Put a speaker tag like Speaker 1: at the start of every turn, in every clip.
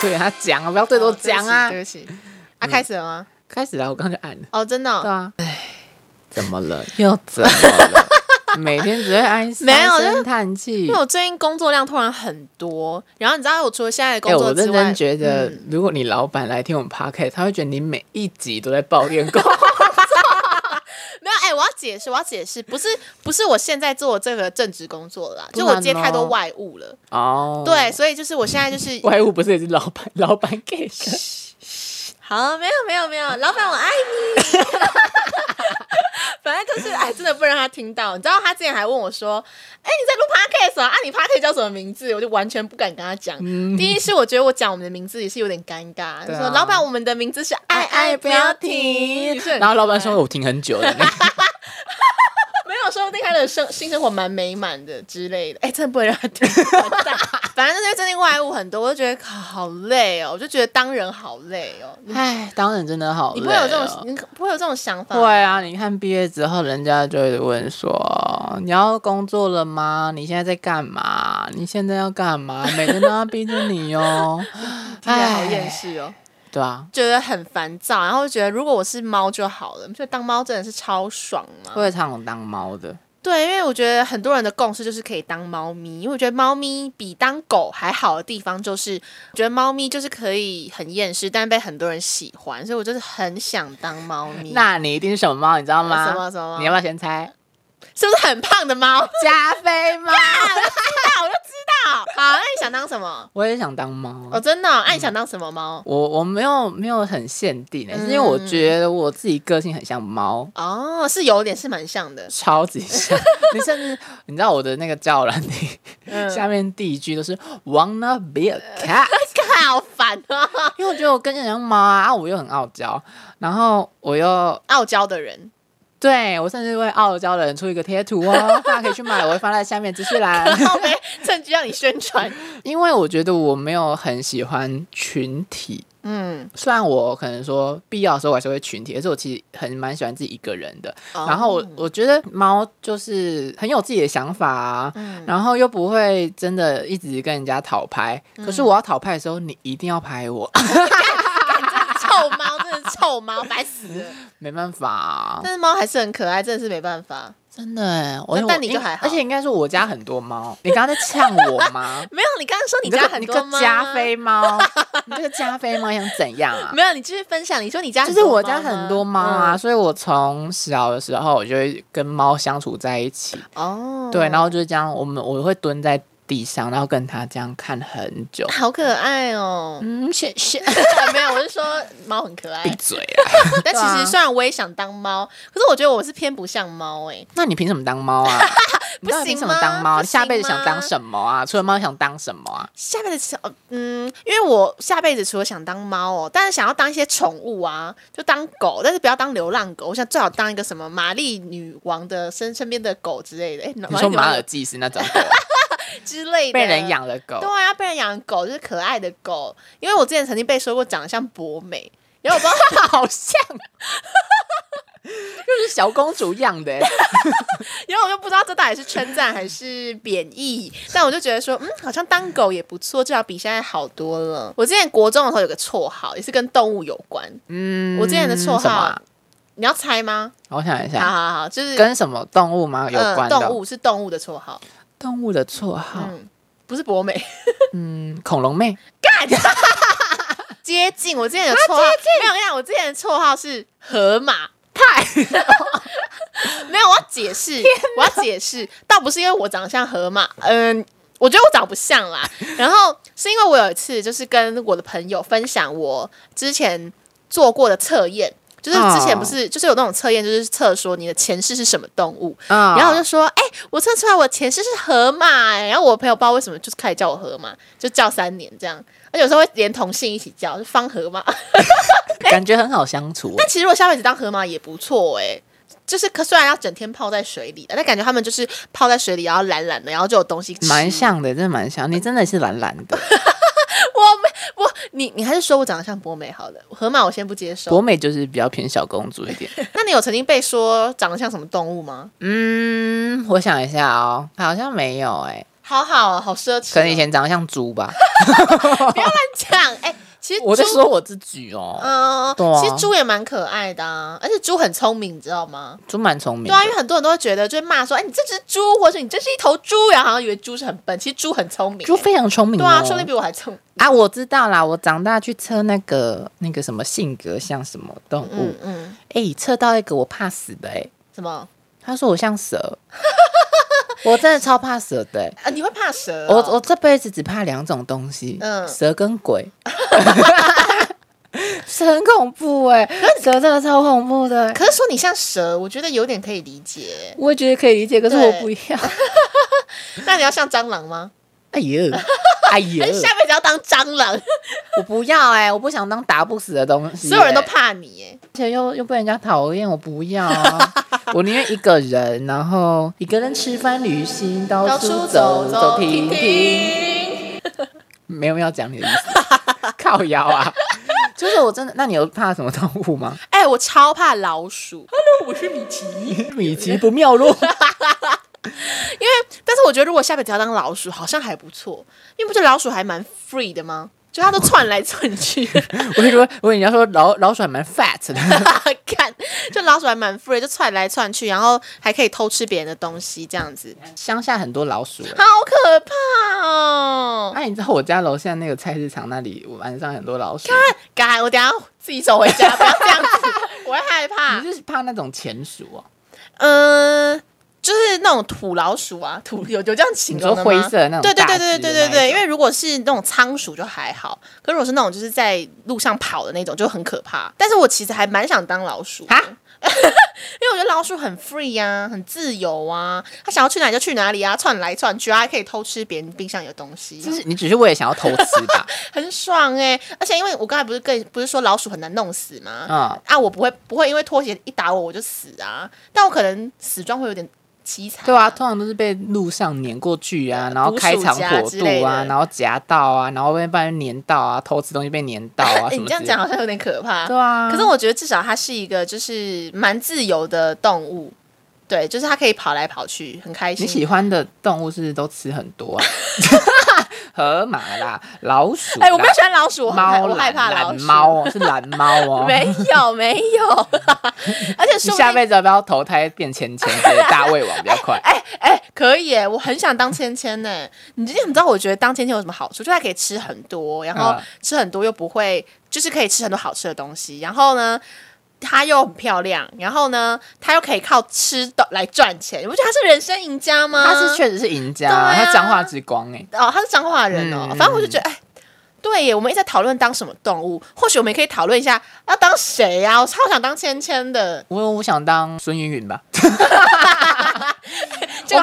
Speaker 1: 对啊，讲啊，不要最多
Speaker 2: 哦对不
Speaker 1: 讲啊
Speaker 2: 起。对不起，啊，开始了吗？
Speaker 1: 开始了，我刚就按了。
Speaker 2: 哦，真的
Speaker 1: 对
Speaker 2: 哦，
Speaker 1: 啊，哎，怎么了？又怎么了？每天只会唉声
Speaker 2: 没有就是
Speaker 1: 声叹气
Speaker 2: 因为。我最近工作量突然很多，然后你知道，我除了现在的
Speaker 1: 哎、
Speaker 2: 工
Speaker 1: 我
Speaker 2: 作之
Speaker 1: 认
Speaker 2: 外，
Speaker 1: 真觉得，
Speaker 2: 嗯
Speaker 1: 如果你老板来听我们 podcast，他会觉得你每一集都在抱怨工作。
Speaker 2: 没有，哎、我要解释，我要解释，不是不是我现在做这个正职工作了啦，
Speaker 1: 不
Speaker 2: 就
Speaker 1: 然
Speaker 2: 我接太多
Speaker 1: 呢
Speaker 2: 外务了，
Speaker 1: 哦，
Speaker 2: 对，，所以就是我现在就是
Speaker 1: 外务不是也是老板， 老板给的。
Speaker 2: 好，没有没有没有，老板我爱你。 反正就是，哎，真的不能让他听到。你知道他之前还问我说：“哎、你在录 podcast 啊？啊，你 podcast 叫什么名字？”我就完全不敢跟他讲。第一是我觉得我讲我们的名字也是有点尴尬，就
Speaker 1: 嗯对啊
Speaker 2: 说老板我们的名字是爱爱不要停，
Speaker 1: 然后老板说：“我停很 久了。
Speaker 2: 没有，说不定他的生新生活蛮美满的之类的。哎、真的不能让他听，完蛋反正就是最近外务很多，我就觉得好累哦，我就觉得当人好累哦。”
Speaker 1: 哎，当然真的好累、
Speaker 2: 你
Speaker 1: 哦。
Speaker 2: 不会有这种，你不会有这种想法吗？
Speaker 1: 会啊，你看毕业之后，人家就会问说：“你要工作了吗？你现在在干嘛？你现在要干嘛？”每天都要逼着你哦，
Speaker 2: 听起来好厌
Speaker 1: 哎，
Speaker 2: 世哦，
Speaker 1: 对啊，
Speaker 2: 觉得很烦躁，然后觉得如果我是猫就好了，就当猫真的是超爽嘛。
Speaker 1: 我也常常当猫的，
Speaker 2: 对，因为我觉得很多人的共识就是可以当猫咪，因为我觉得猫咪比当狗还好的地方就是，我觉得猫咪就是可以很厌世，但被很多人喜欢，所以我就是很想当猫咪。
Speaker 1: 那你一定是什么猫，你知道吗？
Speaker 2: 什么什么猫
Speaker 1: 你要不要先 猜？
Speaker 2: 是不是很胖的猫？啊，
Speaker 1: 加菲 猫。
Speaker 2: 我就知道。好，那你想当什么？
Speaker 1: 我也想当猫。
Speaker 2: 哦，真的哦、那你想当什么猫？
Speaker 1: 我我没有没有很限定、欸，是因为
Speaker 2: 嗯
Speaker 1: 我觉得我自己个性很像猫，
Speaker 2: 哦，是有点是蛮像的。
Speaker 1: 超级像。你甚至你知道我的那个叫软体、
Speaker 2: 嗯，
Speaker 1: 下面第一句都是 wanna be a cat，
Speaker 2: 好烦啊、哦！
Speaker 1: 因为我觉得我跟人像猫啊，啊我又很傲娇，然后我又
Speaker 2: 傲娇的人。
Speaker 1: 对我甚至为傲娇的人出一个贴图哦，大家可以去买，我会放在下面资讯 栏。
Speaker 2: 靠背趁机让你宣传。
Speaker 1: 因为我觉得我没有很喜欢群体，
Speaker 2: 嗯，
Speaker 1: 虽然我可能说必要的时候我还是会群体，可是我其实很蛮喜欢自己一个人的。然后我我觉得猫就是很有自己的想法啊，
Speaker 2: 嗯
Speaker 1: 然后又不会真的一直跟人家讨拍。可是我要讨拍的时候，你一定要拍我，
Speaker 2: 嗯臭猫真的是臭猫，白死了。
Speaker 1: 没办法、啊，
Speaker 2: 但是猫还是很可爱，真的是没办法。
Speaker 1: 真的欸。我
Speaker 2: 但你就
Speaker 1: 应
Speaker 2: 还好
Speaker 1: 而且应该说我家很多 猫。你刚刚在呛我吗？
Speaker 2: 没有，你刚刚说 你
Speaker 1: 这
Speaker 2: 家
Speaker 1: 个
Speaker 2: 很
Speaker 1: 你
Speaker 2: 多
Speaker 1: 这
Speaker 2: 猫、
Speaker 1: 个
Speaker 2: 啊，
Speaker 1: 加菲猫， 你这个加菲猫想怎样 啊？
Speaker 2: 没有，你继续分享。你说你家
Speaker 1: 就
Speaker 2: 很
Speaker 1: 是
Speaker 2: 多猫
Speaker 1: 我
Speaker 2: 吗
Speaker 1: 家很多猫啊，，
Speaker 2: 嗯
Speaker 1: 所以我从小的时候我就会跟猫相处在一起。
Speaker 2: 嗯哦，
Speaker 1: 对，然后就是这样，我们我会蹲在地上，然后跟它这样看很久。
Speaker 2: 好可爱哦。
Speaker 1: 嗯，谢谢。
Speaker 2: 没有，我是说猫很可爱
Speaker 1: 闭，嘴啊！
Speaker 2: 但
Speaker 1: 对
Speaker 2: 其实
Speaker 1: 啊
Speaker 2: 虽然我也想当猫，可是我觉得我是偏不像猫哎、
Speaker 1: 那你凭什么当猫 啊？你到底凭什么当猫？
Speaker 2: 不行吗
Speaker 1: 你下辈子想
Speaker 2: 不行吗
Speaker 1: 当什么啊？除了猫想当什么啊？
Speaker 2: 下辈子想，呃嗯，因为我下辈子除了想当猫哦，但是想要当一些宠物啊，就当狗，但是不要当流浪狗。我想最好当一个什么玛丽女王的身身边的狗之类的，哎、
Speaker 1: 你说
Speaker 2: 丽女
Speaker 1: 马
Speaker 2: 王
Speaker 1: 尔济斯那种狗，啊
Speaker 2: 之类的，
Speaker 1: 被人。养的狗
Speaker 2: 对，啊，被人养的狗就是可爱的狗，因为我之前曾经被说过长得像博美，然后我不 知道
Speaker 1: 好 像，就是小公主养的欸。
Speaker 2: 然后我就不知道这到底是称赞还是贬义，但我就觉得说，嗯，好像当狗也不错，至少比现在好多了。我之前国中的时候有个绰号，也是跟动物有关，
Speaker 1: 嗯，
Speaker 2: 我之前的绰号
Speaker 1: 什么啊
Speaker 2: 你要猜吗？
Speaker 1: 我想一
Speaker 2: 好
Speaker 1: 下，
Speaker 2: 好好，就是
Speaker 1: 跟什么动物吗有关的？
Speaker 2: 呃、动物是动物的绰号，
Speaker 1: 动物的绰号，
Speaker 2: 嗯，不是博美，
Speaker 1: 嗯，恐龙妹。
Speaker 2: 接近。我之前的绰号
Speaker 1: 啊
Speaker 2: 没有，我跟你讲，我之前的绰号是河马 派。没有，我要解释，我要解释，倒不是因为我长得像河马，嗯。我觉得我长不像 啦，然后是因为我有一次就是跟我的朋友分享我之前做过的测验，就是之前不是、
Speaker 1: 哦
Speaker 2: 就是有那种测验，就是测说你的前世是什么动物，
Speaker 1: 啊
Speaker 2: 然后我就说，哎、我测出来我前世是河马、欸。然后我朋友不知道为什么就是开始叫我河马，就叫三年这样，而且有时候会连同姓一起叫，就方河马。
Speaker 1: 感觉很好相处哦。
Speaker 2: 哎但其实我下辈子当河马也不错哎、就是可虽然要整天泡在水里的，但感觉他们就是泡在水里，然后懒懒的，然后就有东西吃。
Speaker 1: 蛮像的，真的蛮像。你真的是懒懒的，
Speaker 2: 我没我你你还是说我长得像博美好了，河马我先不接受。
Speaker 1: 博美就是比较偏小公主一 点。
Speaker 2: 那你有曾经被说长得像什么动物吗？
Speaker 1: 嗯，我想一下哦，好像没有哎、
Speaker 2: 好好哦好奢侈哦，
Speaker 1: 可能以前长得像猪吧。
Speaker 2: 讲哎、其实
Speaker 1: 我在
Speaker 2: 猪
Speaker 1: 说我自己哦，
Speaker 2: 嗯，
Speaker 1: 对啊
Speaker 2: 其实猪也蛮可爱的、啊，而且猪很聪明，你知道吗？
Speaker 1: 猪蛮聪明
Speaker 2: 对啊，因为
Speaker 1: 的。
Speaker 2: 很多人都会觉得，就会骂说，哎、你这只猪，或者你这是一头猪，然后好像以为猪是很笨，其实猪很聪明、
Speaker 1: 猪
Speaker 2: 哎
Speaker 1: 非常聪明、哦，
Speaker 2: 对啊，说不定比我还聪。
Speaker 1: 啊，我知道啦，我长大去测那个那个什么性格像什么动物
Speaker 2: 嗯，嗯，
Speaker 1: 哎、测到一个我怕死的哎、
Speaker 2: 什么？
Speaker 1: 他说我像 蛇，我真的超怕蛇的、欸。
Speaker 2: 啊，你会怕蛇、
Speaker 1: 我我这辈子只怕两种东西，
Speaker 2: 嗯
Speaker 1: 蛇跟鬼。 蛇很恐怖哎、蛇真的超恐怖的欸、
Speaker 2: 可是说你像蛇，我觉得有点可以理解。
Speaker 1: 我也觉得可以理解，可是我
Speaker 2: 对
Speaker 1: 不要。
Speaker 2: 那你要像蟑螂吗？
Speaker 1: 哎呦，哎 呦
Speaker 2: 还，是下辈子要当蟑 螂？
Speaker 1: 我不要哎、我不想当打不死的东西欸、
Speaker 2: 所有人都怕你、哎。
Speaker 1: 而且又又被人家讨厌，我不要、啊， 我宁愿一个人，然后一个人吃饭、旅行，到
Speaker 2: 到
Speaker 1: 处
Speaker 2: 处
Speaker 1: 走
Speaker 2: 走
Speaker 1: 走
Speaker 2: 走
Speaker 1: 停
Speaker 2: 停
Speaker 1: 停。
Speaker 2: 停。
Speaker 1: 没有要讲你的意思， 靠腰啊！就是我真的，那你有怕什么动物吗？
Speaker 2: 哎、我超怕老鼠。Hello，我是米奇。
Speaker 1: 米奇不妙 路，
Speaker 2: 但是我觉得如果下辈子要当老鼠，好像还不错，因为不是老鼠还蛮 free 的吗？就它都窜来窜去，
Speaker 1: 我跟你说，我跟你要说老老鼠还蛮 fat 的，
Speaker 2: 看， 就老鼠还蛮 free，就窜来窜去，然后还可以偷吃别人的东西，这样子，
Speaker 1: 乡下很多老鼠欸。
Speaker 2: 好可怕哦！
Speaker 1: 哎、你知道我家楼下那个菜市场那里晚上很多老鼠，
Speaker 2: 干，我等一下自己走回家，不要这样子，我会害怕。
Speaker 1: 你是怕那种钱鼠哦、
Speaker 2: 嗯、就是那种土老鼠 啊，土有有这样形
Speaker 1: 你
Speaker 2: 容
Speaker 1: 说
Speaker 2: 的吗？
Speaker 1: 灰色的那种
Speaker 2: 对
Speaker 1: 大
Speaker 2: 对对
Speaker 1: 只
Speaker 2: 对
Speaker 1: 的
Speaker 2: 对
Speaker 1: 那
Speaker 2: 对
Speaker 1: 一
Speaker 2: 对，
Speaker 1: 种
Speaker 2: 因为如果是那种仓鼠就还好，可如果是那种就是在路上跑的那种就很可怕。但是我其实还蛮想当老鼠的，
Speaker 1: 啊
Speaker 2: 因为我觉得老鼠很 free 呀、啊，很自由啊，它想要去哪里就去哪里啊，窜来窜去啊，还可以偷吃别人冰箱里的东西，
Speaker 1: 就是你只是为了想要偷吃吧？
Speaker 2: 很爽哎、而且因为我刚才不是跟不是说老鼠很难弄死吗？
Speaker 1: 嗯，
Speaker 2: 啊，我不会不会因为拖鞋一打我我就死啊，但我可能死状会有点凄惨、
Speaker 1: 对啊，，通常都是被路上碾过去啊，然后
Speaker 2: 捕
Speaker 1: 开
Speaker 2: 鼠
Speaker 1: 肠
Speaker 2: 夹
Speaker 1: 破
Speaker 2: 之
Speaker 1: 肚
Speaker 2: 类
Speaker 1: 啊，
Speaker 2: 的
Speaker 1: 然后夹到啊，然后被被人碾到啊，偷吃东西被碾到啊，
Speaker 2: 哎
Speaker 1: 什
Speaker 2: 你
Speaker 1: 么
Speaker 2: 这样
Speaker 1: 之类
Speaker 2: 讲好像有点可怕。
Speaker 1: 的，对啊。
Speaker 2: 可是我觉得至少它是一个就是蛮自由的动物，对，就是它可以跑来跑去，很开
Speaker 1: 你喜
Speaker 2: 心。
Speaker 1: 欢的动物是不是都吃很多啊？ 河马啦，老鼠啦，
Speaker 2: 哎、我没有喜欢老鼠，我很害
Speaker 1: 猫
Speaker 2: 我
Speaker 1: 啦，
Speaker 2: 害怕老
Speaker 1: 懒
Speaker 2: 鼠。
Speaker 1: 猫哦，是懒猫哦。
Speaker 2: 没有没有， 而且
Speaker 1: 你
Speaker 2: 说不
Speaker 1: 下
Speaker 2: 定
Speaker 1: 辈子要不要投胎变钱 钱给大胃王比较快？
Speaker 2: 哎 哎可以耶，我很想当芊芊呢。你之前你知道我觉得当芊芊有什么好处？就它可以吃很多，然后
Speaker 1: 嗯
Speaker 2: 吃很多又不会，就是可以吃很多好吃的东西，然后呢。她又很漂亮，然后呢，她又可以靠吃的来赚钱，你不觉得她是人生赢家吗？
Speaker 1: 他是确实是赢家，
Speaker 2: 对啊
Speaker 1: 他彰化之光哎。
Speaker 2: 哦，他是彰化人哦。
Speaker 1: 嗯
Speaker 2: 反正我就觉得，哎，对耶，我们一直在讨论当什么动物，或许我们也可以讨论一下要当谁啊？我超想当芊芊的，
Speaker 1: 我我想当孙云云吧。
Speaker 2: 这个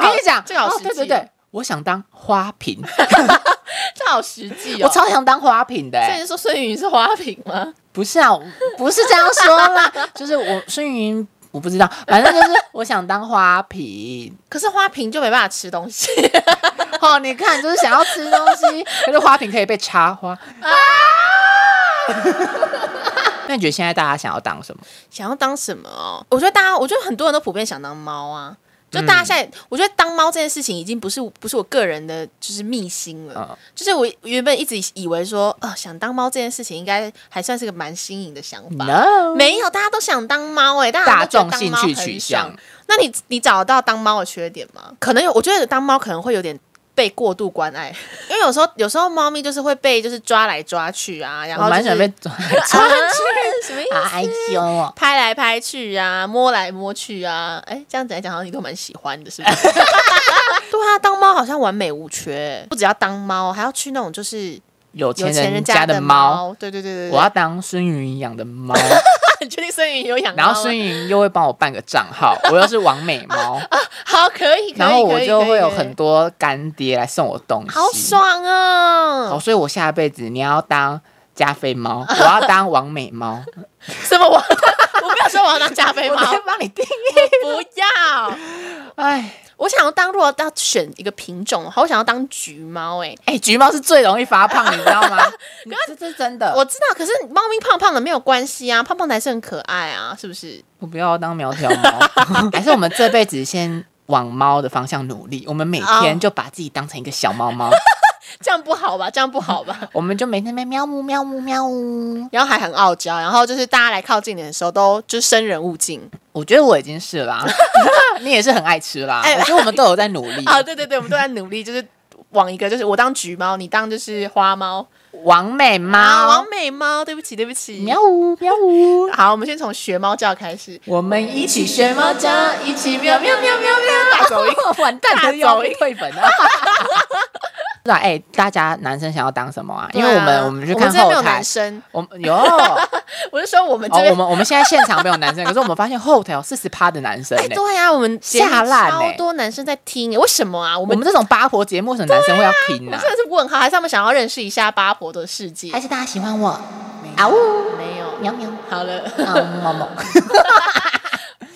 Speaker 1: 我跟
Speaker 2: 好
Speaker 1: 你讲，
Speaker 2: 这个好
Speaker 1: 哦
Speaker 2: 实际
Speaker 1: 对对对，我想当花瓶，
Speaker 2: 这好实际哦。
Speaker 1: 我超想当花瓶的、
Speaker 2: 所以
Speaker 1: 欸。
Speaker 2: 你说孙云是花瓶吗？
Speaker 1: 不是啊，我不是这样说啦， 就是我孙云，我不知道，反正就是我想当花瓶。
Speaker 2: 可是花瓶就没办法吃东西，
Speaker 1: 哦，你看，就是想要吃东西，可是花瓶可以被插花。那你觉得现在大家想要当什么？
Speaker 2: 想要当什么哦？我觉得大家，我觉得很多人都普遍想当猫啊。就大
Speaker 1: 嗯
Speaker 2: 家现在，我觉得当猫这件事情已经不是不是我个人的，就是秘辛了。
Speaker 1: 嗯
Speaker 2: 就是我原本一直以为说，呃，想当猫这件事情应该还算是个蛮新颖的想法。
Speaker 1: ？No，
Speaker 2: 没有，大家都想当猫哎、大
Speaker 1: 大
Speaker 2: 家都觉
Speaker 1: 众
Speaker 2: 得当
Speaker 1: 兴
Speaker 2: 猫
Speaker 1: 趣
Speaker 2: 很
Speaker 1: 取
Speaker 2: 爽
Speaker 1: 向。。
Speaker 2: 那你你找得到当猫的缺点吗？可能有，我觉得当猫可能会有点被过度关爱，因为有时候有时候猫咪就是会被就是抓来抓去啊，然
Speaker 1: 我
Speaker 2: 后
Speaker 1: 蛮
Speaker 2: 就
Speaker 1: 想
Speaker 2: 是
Speaker 1: 被抓抓
Speaker 2: 去，什么意
Speaker 1: 好
Speaker 2: 思？
Speaker 1: 害羞哦。
Speaker 2: 啊哎拍来拍去啊，摸来摸去啊，哎，这样子来讲，好像你都蛮喜欢的，是不是？ 对啊，当猫好像完美无缺，不只要当猫，还要去那种就是
Speaker 1: 有
Speaker 2: 有
Speaker 1: 钱
Speaker 2: 钱
Speaker 1: 人
Speaker 2: 人
Speaker 1: 家
Speaker 2: 的
Speaker 1: 的猫，，
Speaker 2: 对对对对对。
Speaker 1: 我要当孙云养的 猫，
Speaker 2: 你 确定孙云有养猫
Speaker 1: 然
Speaker 2: 吗？
Speaker 1: 后孙云又会帮我办个账号，我又是王美猫，
Speaker 2: 好，可以，可以
Speaker 1: 然后我
Speaker 2: 可以
Speaker 1: 就
Speaker 2: 可以
Speaker 1: 会有
Speaker 2: 可以
Speaker 1: 很多干爹来送我东西，
Speaker 2: 好爽啊！
Speaker 1: 好，所以我下辈子你要当加菲猫，我要当王美猫，
Speaker 2: 什么我？ 我没有说我要当加菲
Speaker 1: 我
Speaker 2: 猫，
Speaker 1: 再帮你定义。
Speaker 2: 不要。
Speaker 1: 哎，
Speaker 2: 我想要当，如果要选一个品种的话，我想要当橘猫、欸。
Speaker 1: 哎、橘猫是最容易发胖，你知道 吗？你这这是真的，
Speaker 2: 我知道，可是猫咪胖胖的没有关系啊，胖胖的还是很可爱啊，是不是？
Speaker 1: 我不要当苗条猫， 还是我们这辈子先往猫的方向努力。我们每
Speaker 2: 哦
Speaker 1: 天就把自己当成一个小猫猫，
Speaker 2: 这样不好吧？这样不好 吧？
Speaker 1: 我们就每天在那边喵呜喵呜喵呜。
Speaker 2: 然后还很傲娇，然后就是大家来靠近你的时候都就是生人勿近。
Speaker 1: 我觉得我已经是啦， 你也是很爱吃啦。
Speaker 2: 哎
Speaker 1: 我觉得我们都有在努 力。
Speaker 2: 啊，对对对，我们都在努力，就是往一个就是我当橘猫，你当就是花猫
Speaker 1: 王美
Speaker 2: 啊，
Speaker 1: 猫
Speaker 2: 王，美猫，对不起对不起。
Speaker 1: 喵呜喵呜。
Speaker 2: 好，我们先从学猫叫开始。
Speaker 1: 我们一起学猫叫，一起喵 喵喵喵喵。
Speaker 2: 大走音，
Speaker 1: 完蛋
Speaker 2: 大
Speaker 1: 了，
Speaker 2: 走音
Speaker 1: 又要被退粉了。是啊，哎，大家男生想要当什么啊？因为
Speaker 2: 对
Speaker 1: 我
Speaker 2: 啊
Speaker 1: 们我们去
Speaker 2: 我们
Speaker 1: 看
Speaker 2: 这边
Speaker 1: 后
Speaker 2: 没有
Speaker 1: 台
Speaker 2: 男，生，
Speaker 1: 我们有。哦，
Speaker 2: 我是说我们这边
Speaker 1: 我们我们现在现场没有男生，可是 我们发现后台有四十趴的男生
Speaker 2: 哎，
Speaker 1: 呢。
Speaker 2: 对啊，我们节目
Speaker 1: 下烂欸
Speaker 2: 超多男生在听欸，为什么啊？我
Speaker 1: 我
Speaker 2: 们
Speaker 1: 们这种八婆节目，为什么男生会要啊听 呢
Speaker 2: 我们？真的是问号，还是他们想要认识一下八婆的世界？
Speaker 1: 是大家喜欢我？ 啊呜，
Speaker 2: 没有？
Speaker 1: 喵喵，
Speaker 2: 好了，
Speaker 1: 啊猫猫。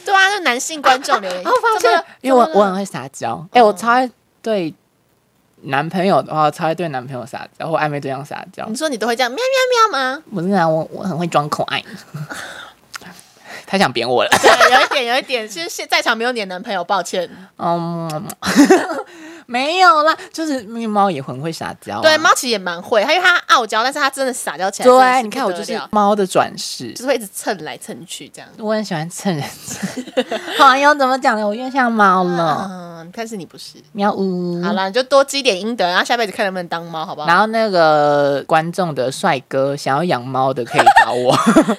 Speaker 2: 对啊，就男性观众留言，
Speaker 1: 然后发
Speaker 2: 怎
Speaker 1: 现
Speaker 2: 么了，
Speaker 1: 因为我
Speaker 2: 怎么
Speaker 1: 我
Speaker 2: 了嗯
Speaker 1: 很会撒娇，哎，我超爱对男朋友的话，超爱对男朋友撒娇，或暧昧对象撒娇
Speaker 2: 你。说你都会这样喵喵 喵吗？
Speaker 1: 我是讲我我很会装可爱， 他想扁我了。
Speaker 2: 对，有一点，有一点，其实现在场没有你的男朋友，抱歉。
Speaker 1: 嗯， 没有啦，就是因为猫也很会撒娇啊、
Speaker 2: 对，猫其实也蛮会，它因为它傲娇，但是它真的撒娇起来真的是不得了，
Speaker 1: 对，你看我就是猫的转世
Speaker 2: 就。是会一直蹭来蹭去这样。
Speaker 1: 我很喜欢蹭人 家，好又怎么讲呢？我越像猫了，
Speaker 2: 嗯，但是你不是。
Speaker 1: 喵呜。
Speaker 2: 好啦，你就多积点阴德，然后下辈子看能不能当猫，好不好？
Speaker 1: 然后那个观众的帅哥想要养猫的可以找我。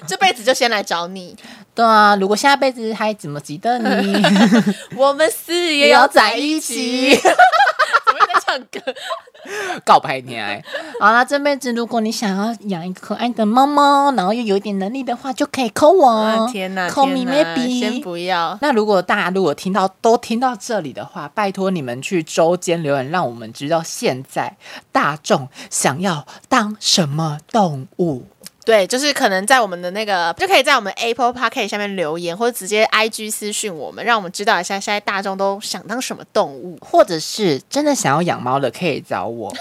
Speaker 2: 这辈子就先来 找你。
Speaker 1: 对啊，如果下辈子还怎么记得你，
Speaker 2: 我们死 也
Speaker 1: 也要
Speaker 2: 要
Speaker 1: 在
Speaker 2: 在
Speaker 1: 一
Speaker 2: 一
Speaker 1: 起
Speaker 2: 起。 怎么又在唱歌？
Speaker 1: 告白恋爱。好啦，这辈子如果你想要养一个可爱的猫猫，然后又有一点能力的话，就可以扣我。
Speaker 2: 啊天哪
Speaker 1: 扣哦 me
Speaker 2: 天哪先
Speaker 1: maybe。
Speaker 2: 不要。
Speaker 1: 那如果大家如果听到都听到这里的话，拜托你们去周间留言，让我们知道现在大众想要当什么动物。。
Speaker 2: 对，就是可能在我们的那个，就可以在我们 Apple p o c k e t 下面留言，或者直接 IG 私讯我们，让我们知道一下现在大众都想当什么动物
Speaker 1: 或者是真的想要养猫的，可以找我。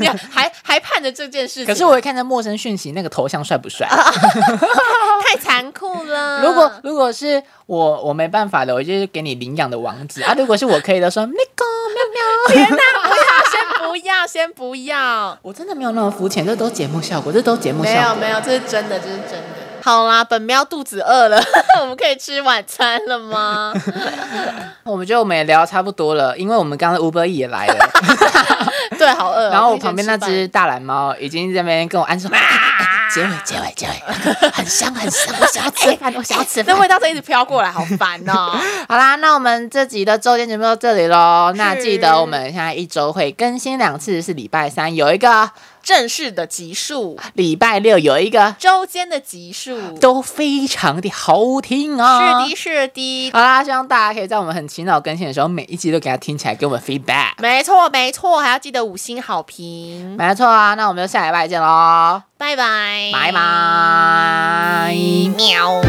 Speaker 2: 你看还还盼着这件事情，
Speaker 1: 可是我会看这陌生讯息，那个头像帅不帅？
Speaker 2: 哦太残酷了。
Speaker 1: 如果如果是我，我没办法的，我就是给你领养的网址啊。如果是我可以的，说那 个喵喵。
Speaker 2: 天哪，不要，先不要，先 不要，
Speaker 1: 我真的没有那么肤浅，这都节目效果，这都节目
Speaker 2: 没
Speaker 1: 效
Speaker 2: 有
Speaker 1: 果。
Speaker 2: 没有，这是真的，这是真的。好啦，本喵肚子饿了， 我们可以吃晚餐了吗？
Speaker 1: 我们觉得我们也聊得差不多了，因为我们刚刚 Uber E 也 来了，
Speaker 2: 对，好饿哦。
Speaker 1: 然后我
Speaker 2: 可以先
Speaker 1: 旁边那
Speaker 2: 吃饭
Speaker 1: 只大蓝猫已经在那边跟我暗示说， 啊结尾结尾结尾，很香很香，我想要吃 饭，我想要吃
Speaker 2: 那
Speaker 1: 饭。
Speaker 2: 味道真一直飘过来，好烦哦。
Speaker 1: 哎好啦，那我们这集的周间节目到这里喽。那
Speaker 2: 是
Speaker 1: 记得我们现在一周会更新两次，是礼拜三有一个，
Speaker 2: 正式的集数，
Speaker 1: 礼拜六有一个，
Speaker 2: 周间的集数，
Speaker 1: 都非常的好听啊、
Speaker 2: 是的，是的，
Speaker 1: 好啦，希望大家可以在我们很勤劳更新的时候，每一集都给它听起来，给我们 feedback。
Speaker 2: 没错，没错，还要记得五星好评，
Speaker 1: 没错啊，那我们就下礼拜见喽，
Speaker 2: 拜拜，
Speaker 1: 拜拜。
Speaker 2: 喵。